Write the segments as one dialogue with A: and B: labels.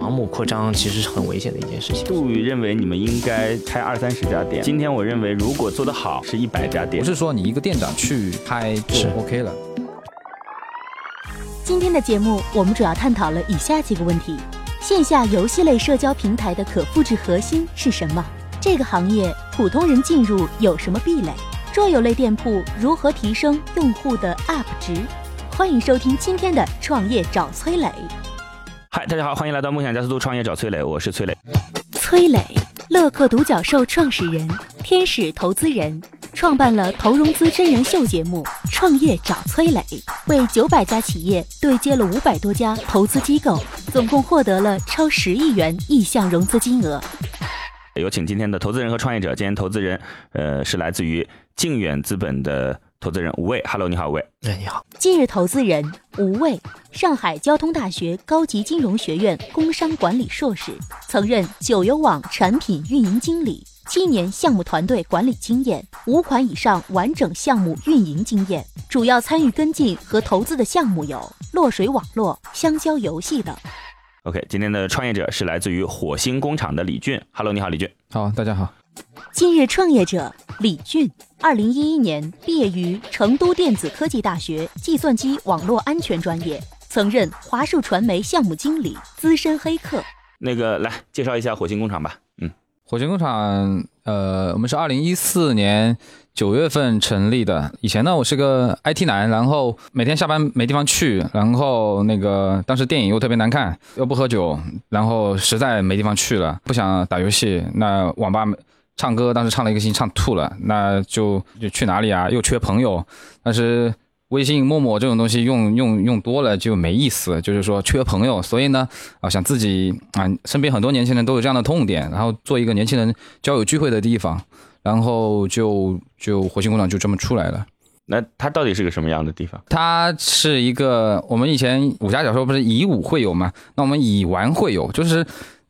A: 盲目扩张其实是很危险的一件事情。
B: 杜宇认为你们应该开二三十家店。今天我认为，如果做得好，是一百家店
C: 不。是说你一个店长去开就是 OK 了。
D: 今天的节目，我们主要探讨了以下几个问题：线下游戏类社交平台的可复制核心是什么？这个行业普通人进入有什么壁垒？桌游类店铺如何提升用户的 UP 值？欢迎收听今天的《创业找崔磊》。
B: 嗨，大家好，欢迎来到梦想加速度创业找崔磊，我是崔磊。
D: 崔磊，乐客独角兽创始人，天使投资人，创办了投融资真人秀节目《创业找崔磊》，为九百家企业对接了五百多家投资机构，总共获得了超十亿元意向融资金额。
B: 有请今天的投资人和创业者。今天投资人，呃，是来自于靖远资本的投资人吴卫。Hello，你好，吴卫。
A: 哎，你好，
D: 今日投资人吴卫，上海交通大学高级金融学院工商管理硕士，曾任九游网产品运营经理，七年项目团队管理经验，五款以上完整项目运营经验，主要参与跟进和投资的项目有落水网络、香蕉游戏等。
B: OK，今天的创业者是来自于火星工厂的李俊。Hello，你好，李俊。
C: 好，大家好，
D: 今日创业者李俊，二零一一年毕业于成都电子科技大学计算机网络安全专业，曾任华数传媒项目经理、资深黑客。
B: 那个来介绍一下火星工厂吧。嗯，
C: 火星工厂，呃，我们是二零一四年九月份成立的。以前呢，我是个 IT 男，然后每天下班没地方去，然后那个当时电影又特别难看，又不喝酒，然后实在没地方去了，不想打游戏，那网吧唱歌，当时唱了一个星期，唱吐了，那就就去哪里啊？又缺朋友，但是。微信、陌陌这种东西用用用多了就没意思，就是说缺朋友，所以呢，啊，想自己啊，身边很多年轻人都有这样的痛点，然后做一个年轻人交友聚会的地方，然后就就火星工厂就这么出来了。
B: 那它到底是个什么样的地方？
C: 它是一个我们以前武侠小说不是以武会友嘛，那我们以玩会友，就是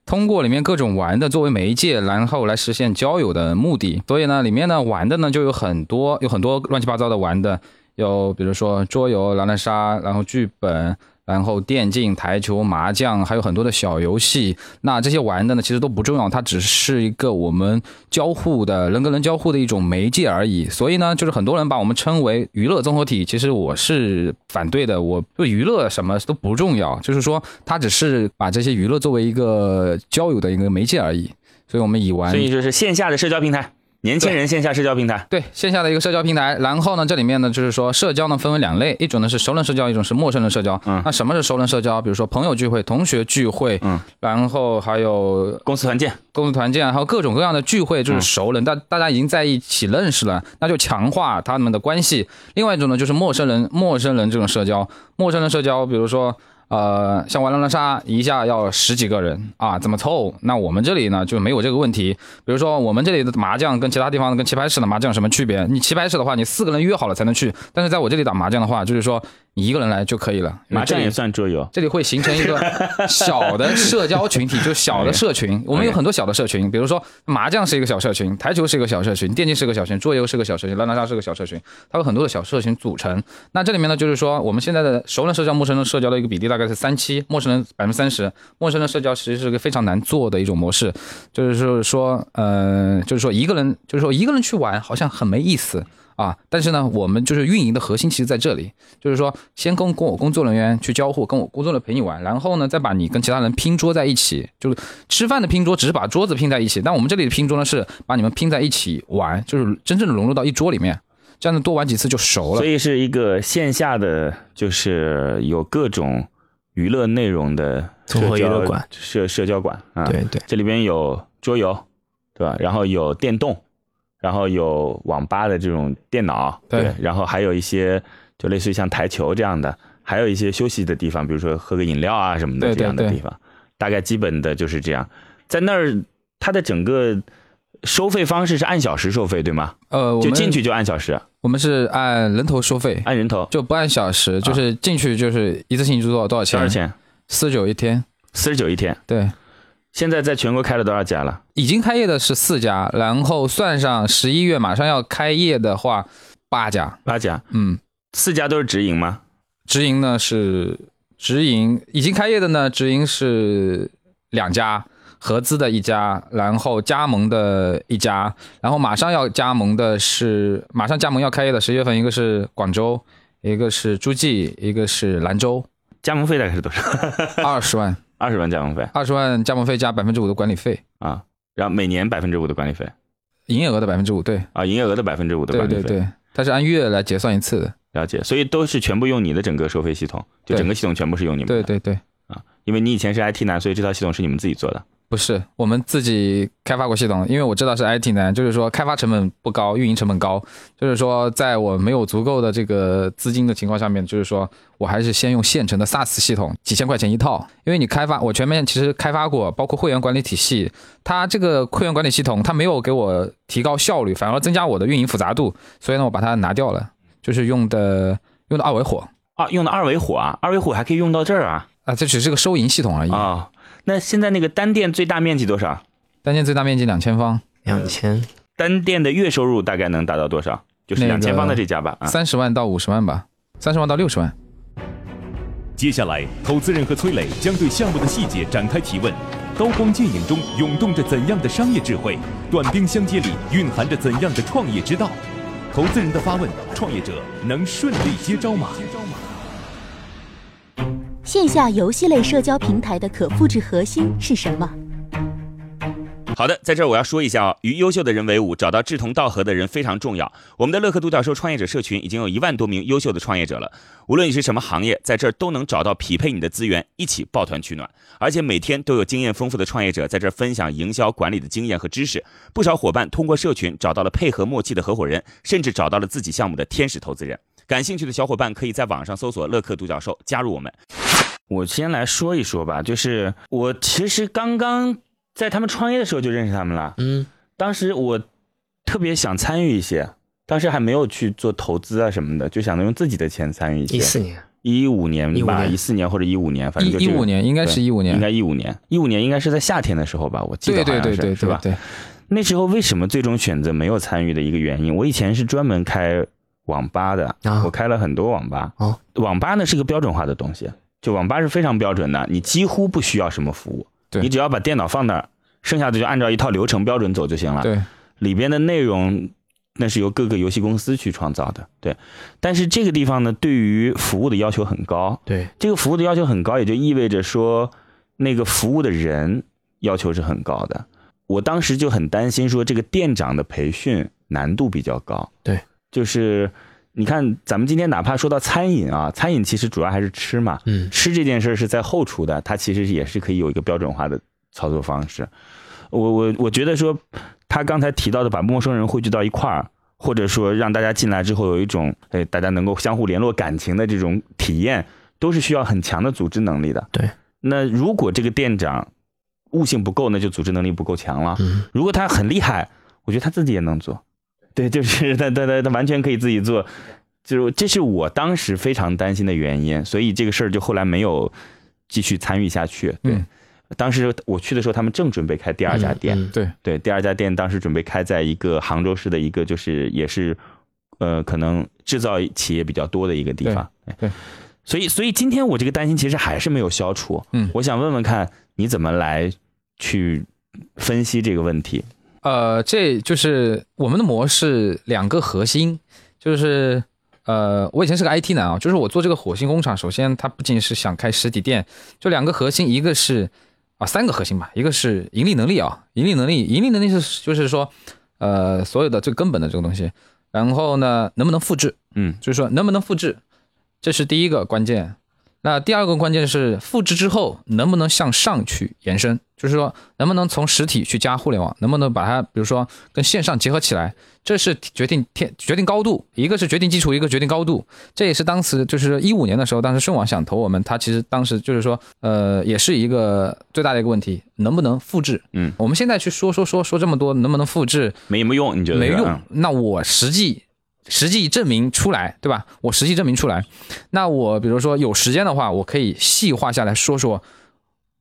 C: 通过里面各种玩的作为媒介，然后来实现交友的目的。所以呢，里面呢玩的呢就有很多，有很多乱七八糟的玩的，有比如说桌游、狼人杀，然后剧本，然后电竞、台球、麻将，还有很多的小游戏。那这些玩的呢，其实都不重要，它只是一个我们交互的人跟人交互的一种媒介而已。所以呢，就是很多人把我们称为娱乐综合体，其实我是反对的。我就娱乐什么都不重要，就是说它只是把这些娱乐作为一个交友的一个媒介而已。所以我们以玩
B: 所以就是线下的社交平台，年轻人线下社交平台。
C: 对线下的一个社交平台，然后呢，这里面呢就是说社交呢分为两类，一种呢是熟人社交，一种是陌生人社交。
B: 嗯
C: 那什么是熟人社交？比如说朋友聚会、同学聚会，
B: 嗯，
C: 然后还有
B: 公司团建，
C: 公司团建，还有各种各样的聚会，就是
B: 嗯
C: 熟人，大、大家已经在一起认识了，那就强化他们的关系。另外一种呢，就是陌生人，陌生人这种社交，陌生人社交，比如说。呃，像玩狼人杀一下要十几个人啊，怎么凑？那我们这里呢就没有这个问题。比如说我们这里的麻将跟其他地方跟棋牌室的麻将有什么区别？你棋牌室的话，你四个人约好了才能去，但是在我这里打麻将的话，就是说你一个人来就可以了。
B: 麻将
C: 这里
B: 也算桌游。
C: 这里会形成一个小的社交群体，就是小的社群。我们有很多小的社群，比如说麻将是一个小社群，台球是一个小社群，电竞是一个小社群，桌游是个小社群，狼人杀是个小社群，它有很多的小社群组成。那这里面呢，就是说我们现在的熟人社交、陌生人社交的一个比例大概是三七，陌生人百分之三十，陌生人社交其实是个非常难做的一种模式，就是说，呃，就是说一个人，就是说一个人去玩好像很没意思。啊，但是呢，我们就是运营的核心其实在这里，就是说先跟跟我工作人员去交互，跟我工作人员陪你玩，然后呢，再把你跟其他人拼桌在一起，就是吃饭的拼桌只是把桌子拼在一起，但我们这里的拼桌呢是把你们拼在一起玩，就是真正的融入到一桌里面，这样子多玩几次就熟
B: 所
C: 了。
B: 以是一个线下的，就是有各种娱乐内容的
A: 综合
B: 社交
A: 娱乐馆
B: 社社交馆啊。，
A: 对对，
B: 这里边有桌游，对吧？然后有电动，然后有网吧的这种电脑，
C: 对
B: 然后还有一些就类似于像台球这样的，还有一些休息的地方，比如说喝个饮料啊什么的
C: 对对
B: 这样的
C: 对
B: 地方。大概基本的就是这样，在那儿它的整个收费方式是按小时收费，对吗？
C: 呃，我
B: 就
C: 们
B: 进去就按小时。
C: 我们是按人头收费，
B: 按人头
C: 就不按小时，就是进去就是一次性就多少多少
B: 啊多
C: 钱？
B: 少？钱？
C: 四九一天。
B: 四十九一天。
C: 对，
B: 现在在全国开了多少家了？
C: 已经开业的是四家，然后算上十一月马上要开业的话，八家。
B: 八家，
C: 嗯，
B: 四家都是直营吗？
C: 直营呢是直营，已经开业的呢直营是两家，合资的一家，然后加盟的一家，然后马上要加盟的是马上加盟要开业的十月份，一个是广州，一个是诸暨，一个是兰州，
B: 加盟费大概是多少？
C: 二十万，
B: 二十万加盟费
C: 二十万加盟费加百分之五的管理费，
B: 啊，然后每年百分之五的管理费
C: 营业额的百分之五，对，
B: 啊，营业额的百分之五的
C: 对
B: 管理费。
C: 对对，它是按月来结算一次的，
B: 了解，所以都是全部用你的整个收费系统，就
C: 对
B: 整个系统全部是用你们的。
C: 对对对，
B: 啊，因为你以前是 IT 男，所以这套系统是你们自己做的。
C: 不是我们自己开发过系统，因为我知道是 IT 男，就是说开发成本不高，运营成本高，就是说在我没有足够的这个资金的情况下面，就是说我还是先用现成的 SaaS 系统，几千块钱一套，因为你开发我全面其实开发过，包括会员管理体系，它这个会员管理系统它没有给我提高效率，反而增加我的运营复杂度，所以呢我把它拿掉了，就是用的用的二维火
B: 啊，用的二维火啊，二维火还可以用到这儿啊
C: 啊，这只是个收银系统而已
B: 啊、，那现在那个单店最大面积多少？
C: 单件最大面积两千方，
A: 两千
B: 单店的月收入大概能达到多少？就是
C: 那个
B: 两千方的这家吧，啊，
C: 三十万到五十万吧，三十万到六十万。
E: 接下来，投资人和崔磊将对项目的细节展开提问。刀光剑影中涌动着怎样的商业智慧？短兵相接里蕴含着怎样的创业之道？投资人的发问，创业者能顺利接招吗？
D: 线下游戏类社交平台的可复制核心是什么？
B: 好的，在这儿我要说一下啊，与优秀的人为伍，找到志同道合的人非常重要。我们的乐客独角兽创业者社群已经有一万多名优秀的创业者了，无论你是什么行业，在这儿都能找到匹配你的资源，一起抱团取暖。而且每天都有经验丰富的创业者在这儿分享营销管理的经验和知识。不少伙伴通过社群找到了配合默契的合伙人，甚至找到了自己项目的天使投资人。感兴趣的小伙伴可以在网上搜索“乐客独角兽”，加入我们。我先来说一说吧，就是我其实刚刚在他们创业的时候就认识他们了。
A: 嗯，
B: 当时我特别想参与一些，当时还没有去做投资啊什么的，就想着用自己的钱参与一些。
A: 一四年，
B: 一五年吧，
A: 15
B: 一
A: 年
B: 四年或者一五年，反
C: 一
B: 正就
C: 一
B: 这个
C: 五年应该是
B: 对
C: 一五年，
B: 应该一五年，一五年应该是在夏天的时候吧，我记得
C: 对
B: 好
C: 对
B: 像
C: 对
B: 是
C: 对
B: 是吧
C: 对？对，
B: 那时候为什么最终选择没有参与的一个原因，我以前是专门开网吧的，
A: 啊
B: 我开了很多网吧。
A: 哦
B: 网吧呢是个标准化的东西，就网吧是非常标准的，你几乎不需要什么服务，
C: 对
B: 你只要把电脑放那儿，剩下的就按照一套流程标准走就行了。
C: 对
B: 里边的内容那是由各个游戏公司去创造的，对。但是这个地方呢，对于服务的要求很高，
A: 对，
B: 这个服务的要求很高，也就意味着说，那个服务的人要求是很高的。我当时就很担心，说这个店长的培训难度比较高。
A: 对，
B: 就是你看，咱们今天哪怕说到餐饮啊，餐饮其实主要还是吃嘛，
A: 嗯，
B: 吃这件事儿是在后厨的，它其实也是可以有一个标准化的操作方式。我我我觉得说，他刚才提到的把陌生人汇聚到一块儿，或者说让大家进来之后有一种哎大家能够相互联络感情的这种体验，都是需要很强的组织能力的。
A: 对，
B: 那如果这个店长悟性不够，那就组织能力不够强了。
A: 嗯，
B: 如果他很厉害，我觉得他自己也能做。对，就是他他他他完全可以自己做，就是这是我当时非常担心的原因，所以这个事儿就后来没有继续参与下去。对，
C: 嗯
B: 当时我去的时候，他们正准备开
A: 第
B: 第二家店，
A: 嗯
C: 对，
B: 对，第二家店当时准备开在一个杭州市的一个，就是也是，呃，可能制造企业比较多的一个地方。
C: 对对
B: 所以所以今天我这个担心其实还是没有消除。
C: 嗯
B: 我想问问看你怎么来去分析这个问题？
C: 呃，这就是我们的模式两个核心，就是呃，我以前是个 IT 男啊，就是我做这个火星工厂，首先它不仅是想开实体店，就两个核心，一个是啊三个核心吧，一个是盈利能力啊，盈利能力，盈利能力是就是说呃所有的最根本的这个东西，然后呢能不能复制，
B: 嗯
C: 就是说能不能复制，这是第一个关键。那第二个关键是复制之后能不能向上去延伸，就是说能不能从实体去加互联网，能不能把它比如说跟线上结合起来，这是决定天决定高度，一个是决定基础，一个决定高度。这也是当时就是一五年的时候，当时顺网想投我们，它其实当时就是说，呃，也是一个最大的一个问题，能不能复制？
B: 嗯，
C: 我们现在去说说说说这么多，能不没能复制？
B: 没没用，你觉得嗯
C: 没
B: 是吧
C: 用。那我实际实际证明出来，对吧？我实际证明出来，那我比如说有时间的话，我可以细化下来说说。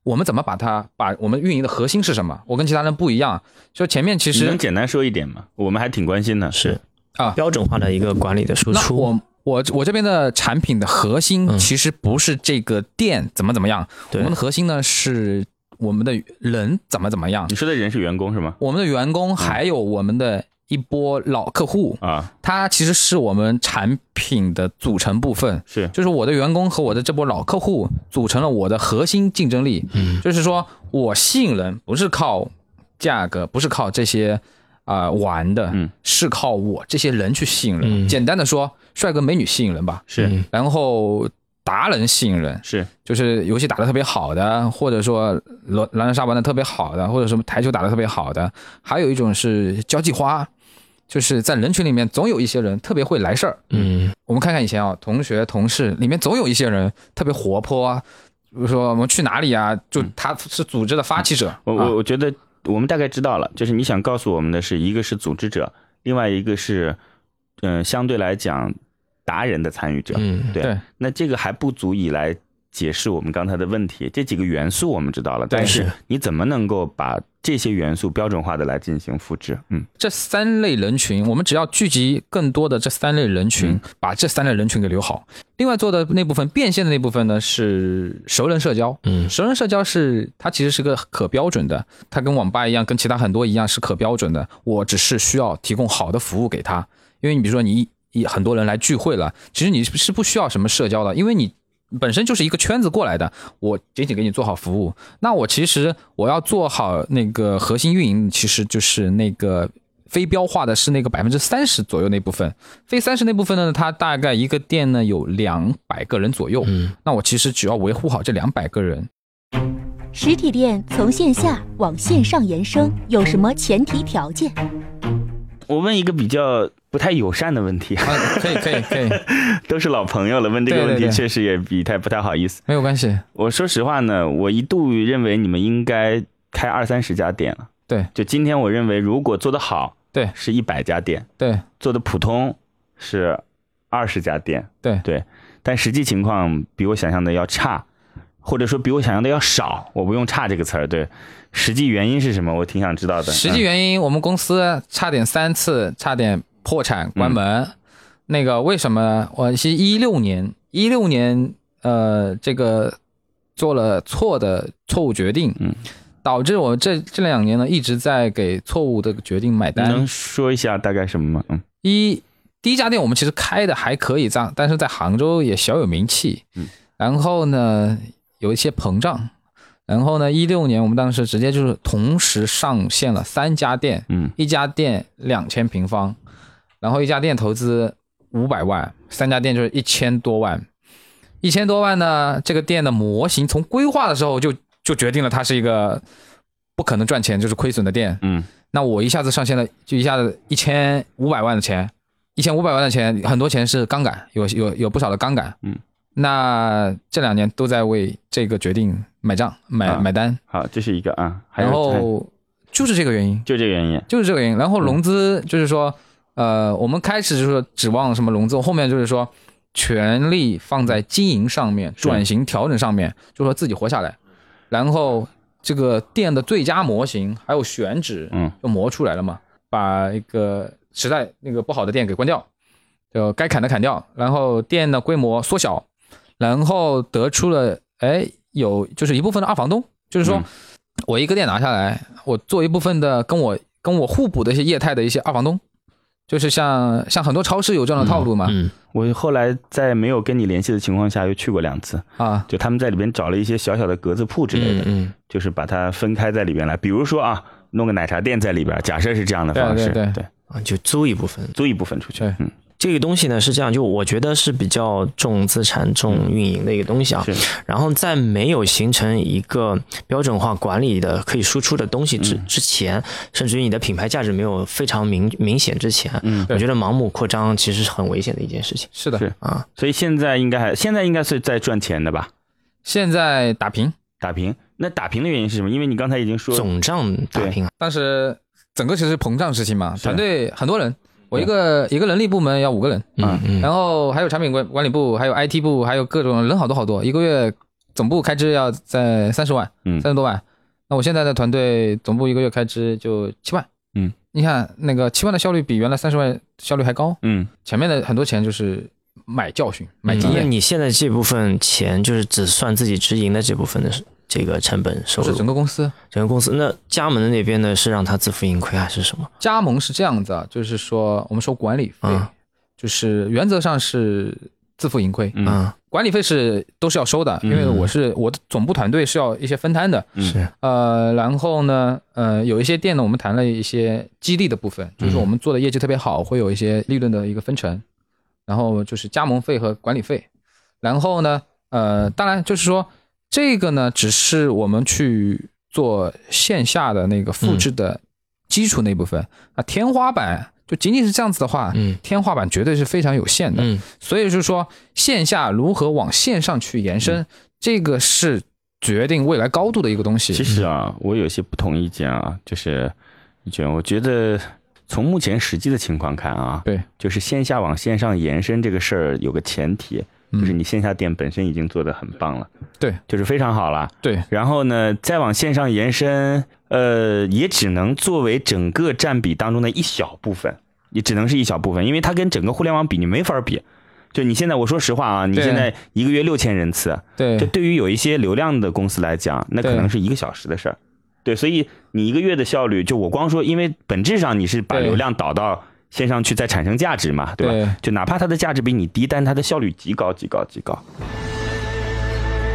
C: 我们怎么把它把我们运营的核心是什么？我跟其他人不一样，就前面其
B: 你能
C: 实
B: 简单说一点吗？我们还挺关心的。
A: 是
C: 啊
A: 标准化的一个管理的输
C: 那
A: 出。
C: 我我我这边的产品的核心
A: 嗯
C: 其实不是这个店怎么怎么样，我
B: 嗯
A: 对
C: 们的核心呢是我们的人怎么怎么样
B: 你，说的人是员工是吗？
C: 我们的员
B: 嗯
C: 工还有我们的一波老客户，
B: 啊，
C: 它其实是我们产品的组成部分。
B: 是
C: 就是我的员工和我的这波老客户组成了我的核心竞争力。
A: 嗯，
C: 就是说我吸引人不是靠价格，不是靠这些啊、呃玩的，
B: 嗯
C: 是靠我这些人去吸引人。
A: 嗯
C: 简单的说，帅哥美女吸引人吧，
B: 是
A: 嗯
C: 然后达人吸引人，
B: 是
C: 就是游戏打得特别好的，或者说狼狼人杀玩得特别好的，或者什么台球打得特别好的，还有一种是交际花，就是在人群里面总有一些人特别会来事儿。
A: 嗯
C: 我们看看以前啊，同学、同事里面总有一些人特别活泼啊，比如说我们去哪里啊，就他是组织的发起者。
B: 嗯我
C: 啊
B: 我我觉得我们大概知道了，就是你想告诉我们的是，一个是组织者，另外一个是，嗯、相对来讲达人的参与者。
A: 嗯，
B: 对
C: 对
B: 那这个还不足以来解释我们刚才的问题。这几个元素我们知道了，但是
A: 是
B: 你怎么能够把这些元素标准化的来进行复制？嗯，
C: 这三类人群，我们只要聚集更多的这三类人群，
B: 嗯
C: 把这三类人群给留好。另外做的那部分变现的那部分呢，是熟人社交。
A: 嗯
C: 熟人社交是它其实是个可标准的，它跟网吧一样，跟其他很多一样是可标准的。我只是需要提供好的服务给他，因为你比如说你一很多人来聚会了，其实你是不需要什么社交的，因为你本身就是一个圈子过来的，我仅仅给你做好服务。那我其实我要做好那个核心运营，其实就是那个。非标化的是那个百分之三十左右那部分，非三十那部分呢，它大概一个店呢有两百个人左右。
A: 嗯
C: 那我其实只要维护好这两百个人，
D: 实体店从线下往线上延伸有什么前提条件？
B: 我问一个比较不太友善的问题，
C: 啊，可以可以可以，
B: 都是老朋友了，问这个
C: 对对
B: 问题
C: 对
B: 确实也比太不太好意思。
C: 没有关系。
B: 我说实话呢，我一度认为你们应该开二三十家店了。
C: 对，
B: 就今天我认为，如果做得好，
C: 对
B: 是一百家店；
C: 对
B: 做的普通是二十家店。
C: 对
B: 对，但实际情况比我想象的要差，或者说比我想象的要少。我不用“差”这个词儿，对，实际原因是什么？我挺想知道的。嗯
C: 实际原因，我们公司差点三次差点破产关门。
B: 嗯
C: 那个为什么？我是一六年，一六年呃，这个做了错的错误决定，
B: 嗯
C: 导致我这这两年呢一直在给错误的决定买
B: 嗯、你
C: 单
B: 能。说一下大概什么吗？嗯，
C: 一第一家店我们其实开的还可以，在但是在杭州也小有名气，
B: 嗯，
C: 然后呢有一些膨胀。然后呢？一六年我们当时直接就是同时上线了三家店，
B: 嗯
C: 一家店两千平方，然后一家店投资五百万，三家店就是一千多万。一千多万呢，这个店的模型从规划的时候就就决定了它是一个不可能赚钱，就是亏损的店。
B: 嗯
C: 那我一下子上线了，就一下子一千五百万的钱，一千五百万的钱，很多钱是杠杆，有有有不少的杠杆。
B: 嗯，
C: 那这两年都在为这个决定买账、买、
B: 啊
C: 买单，
B: 好，这是一个啊，还有
C: 然
B: 还有
C: 后就是这个原因。
B: 就这个原因。
C: 就是这个原因。然后融资就是说，呃，我们开始就是说指望什么融资，后面就是说全力放在经营上面、转型调整上面，就说自己活下来。然后这个店的最佳模型还有选址，
B: 嗯，
C: 就磨出来了嘛，把一个时代那个不好的店给关掉，就该砍的砍掉，然后店的规模缩小，然后得出了哎有就是一部分的二房东，就是说
B: 嗯
C: 我一个店拿下来，我做一部分的跟我跟我互补的一些业态的一些二房东，就是像像很多超市有这样的套路嘛，
A: 嗯
B: 我后来在没有跟你联系的情况下，又去过两次。
C: 啊，
B: 就他们在里边找了一些小小的格子铺之类的，
A: 嗯
B: 就是把它分开在里边来。比如说啊，弄个奶茶店在里边，假设是这样的方式，
C: 对对对
A: 啊，就租一部分。
B: 租一部分出去
C: 对，
B: 嗯，
A: 这个东西呢是这样，就我觉得是比较重资产、重运营的一个东西啊。
B: 嗯是
A: 然后在没有形成一个标准化管理的可以输出的东西之
B: 嗯
A: 之前，甚至于你的品牌价值没有非常明明显之前，
B: 嗯
A: 我觉得盲目扩张其实是很危险的一件事情
C: 是的，
B: 是
A: 啊。
B: 所以现在应该还现在应该是在赚钱的吧？
C: 现在打平，
B: 打平，那打平的原因是什么？因为你刚才已经说，
A: 总账打平啊，
C: 当时整个其实膨胀时期嘛，
B: 是
C: 团队很多人，我一个一个人力部门要五个人，
A: 嗯嗯
C: 然后还有产品管管理部，还有 IT 部，还有各种人好多好多，一个月总部开支要在三十万，
B: 嗯
C: 三十多万。那我现在的团队总部一个月开支就七万，
B: 嗯，
C: 你看那个七万的效率比原来三十万效率还高，
B: 嗯，
C: 前面的很多钱就是买教训、买经
A: 因为
C: 验，
A: 你现在这部分钱就是只算自己直营的这部分的这个成本收
C: 不
A: 入
C: 是，整个公司
A: 整个公司。那加盟的那边呢，是让他自负盈亏还啊是什么？
C: 加盟是这样子啊，就是说我们说管理费
A: 嗯，
C: 就是原则上是自负盈亏，
B: 嗯
A: 嗯，
C: 管理费是都是要收的，因为我是我的总部团队是要一些分摊的，
A: 嗯是，
C: 呃，然后呢，呃，有一些店呢，我们谈了一些激励的部分，
A: 嗯
C: 就是说我们做的业绩特别好，会有一些利润的一个分成，然后就是加盟费和管理费，然后呢，呃，当然就是说这个呢，只是我们去做线下的那个复制的基础那部分，啊，天花板就仅仅是这样子的话，
A: 嗯
C: 天花板绝对是非常有限的，
A: 嗯
C: 所以就是说，线下如何往线上去延伸，
B: 嗯
C: 这个是决定未来高度的一个东西。
B: 其实啊，我有些不同意见啊，就是你觉得，我觉得从目前实际的情况看啊，
C: 对，
B: 就是线下往线上延伸这个事儿有个前提，
C: 嗯
B: 就是你线下店本身已经做得很棒了，
C: 对，
B: 就是非常好了。
C: 对，
B: 然后呢，再往线上延伸，呃，也只能作为整个占比当中的一小部分，也只能是一小部分，因为它跟整个互联网比，你没法比。就你现在，我说实话啊，你
C: 对
B: 现在一个月六千人次，这
C: 对，
B: 对于有一些流量的公司来讲，那可
C: 对
B: 能是一个小时的事儿。对，所以你一个月的效率，就我光说，因为本质上你是把
C: 对
B: 流量导到线上去，再产生价值嘛，对吧？
C: 对
B: 就哪怕它的价值比你低，但它的效率极高，极高，极高。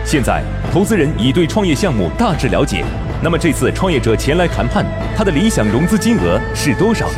E: 现在，投资人已对创业项目大致了解。那么这次创业者前来谈判，他的理想融资金额是多少呢？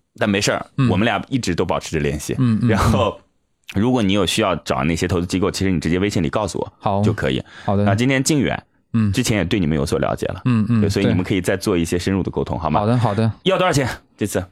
B: 但没事儿，
C: 嗯
B: 我们俩一直都保持着联系。
C: 嗯嗯
B: 然后，如果你有需要找那些投资机构，其实你直接微信里告诉我
C: 好，
B: 就可以。
C: 好的
B: 那，今天靖远，
C: 哦嗯
B: 之前也对你们有所了解了，
C: 嗯嗯，
B: 对，所以你们
C: 对
B: 可以再做一些深入的沟通，好吗？
C: 好，的好的，
B: 要多少钱？这次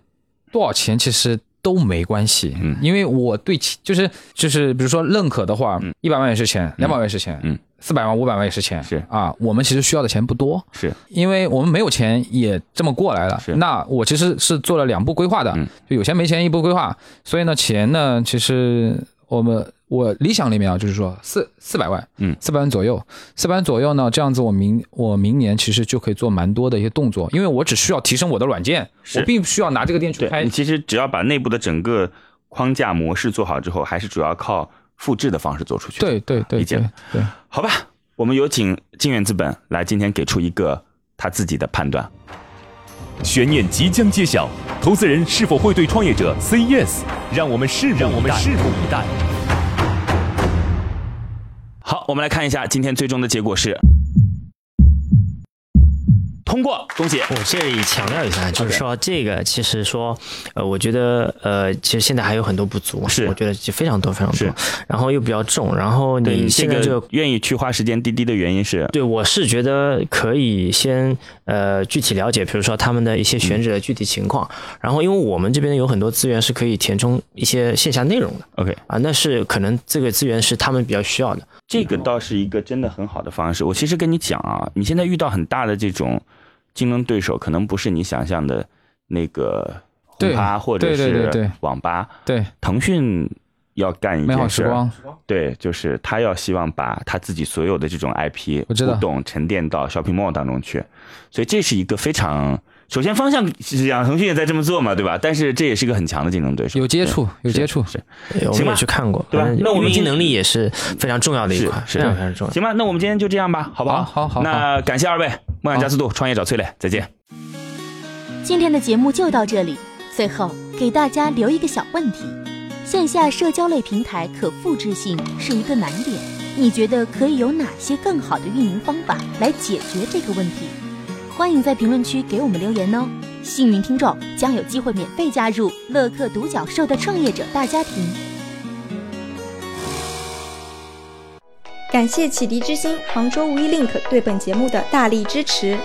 C: 多少钱其实都没关系，
B: 嗯
C: 因为我对其就是就是比如说认可的话，一百万也是钱，两百万也是钱，
B: 嗯，
C: 四百万五百万也是钱，
B: 是
C: 啊，我们其实需要的钱不多，
B: 是
C: 因为我们没有钱也这么过来了。
B: 是
C: 那我其实是做了两步规划的，
B: 嗯
C: 就有钱没钱一步规划。所以呢，钱呢，其实我们我理想里面啊，就是说四四百万，
B: 嗯
C: 四百万左右，四百万左右呢，这样子我明我明年其实就可以做蛮多的一些动作，因为我只需要提升我的软件，
B: 是
C: 我并不需要拿这个店去
B: 对
C: 开
B: 你。其实只要把内部的整个框架模式做好之后，还是主要靠复制的方式做出去。，
C: 对对对
B: 理解
C: 对对，
B: 好吧，我们有请靖远资本来今天给出一个他自己的判断。
E: 悬念即将揭晓，投资人是否会对创业者 say yes？让我们拭让我们拭目以待。
B: 好，我们来看一下今天最终的结果是通过，恭喜。
A: 我这里强调一下，就是说这个其实说，呃，我觉得呃，其实现在还有很多不足，
B: 是
A: 我觉得就非常多非常
B: 是
A: 多，然后又比较重，然后
B: 对
A: 你
B: 你这
A: 现在这
B: 个
A: 个。
B: 愿意去花时间滴滴的原因是，
A: 对，我是觉得可以先呃具体了解，比如说他们的一些
B: 嗯
A: 选址的具体情况，然后因为我们这边有很多资源是可以填充一些线下内容的
B: OK，
A: 啊，那是可能这个资源是他们比较需要的。
B: 这个倒是一个真的很好的方式。我其实跟你讲啊，你现在遇到很大的这种竞争对手，可能不是你想象的那个
C: 对
B: 轰趴或者
C: 对对对
B: 是
C: 对
B: 网吧。
C: 对，
B: 腾讯要干一
C: 美好
B: 件事
C: 时
B: 儿，
C: 光，
B: 对，就是他要希望把他自己所有的这种 IP
C: 我知道
B: 互动沉淀到 shopping mall 当中去，所以这是一个非常首先方向是这样，腾讯也在这么做嘛，对吧？但是这也是一个很强的竞争对手，
C: 有接
B: 对
C: 触，有
B: 是
C: 接触，
B: 是
A: 对我
B: 行
A: 们
B: 吧
A: 也去看过，
B: 对吧
A: 反正
B: 那我们
A: 运
B: 今
A: 营能力也是非常重要的一
B: 是
A: 块，嗯
B: 是
A: 非常非常重要。
B: 行吧，那我们今天就这样吧，好不好？
C: 好好好
B: 那感谢二位，梦想加速度，创业找崔磊，再见。
D: 今天的节目就到这里。最后给大家留一个小问题：线下社交类平台可复制性是一个难点，你觉得可以有哪些更好的运营方法来解决这个问题？欢迎在评论区给我们留言哦。幸运听众将有机会免费加入乐客独角兽的创业者大家庭。
F: 感谢启迪之星、杭州无一 link 对本节目的大力支持。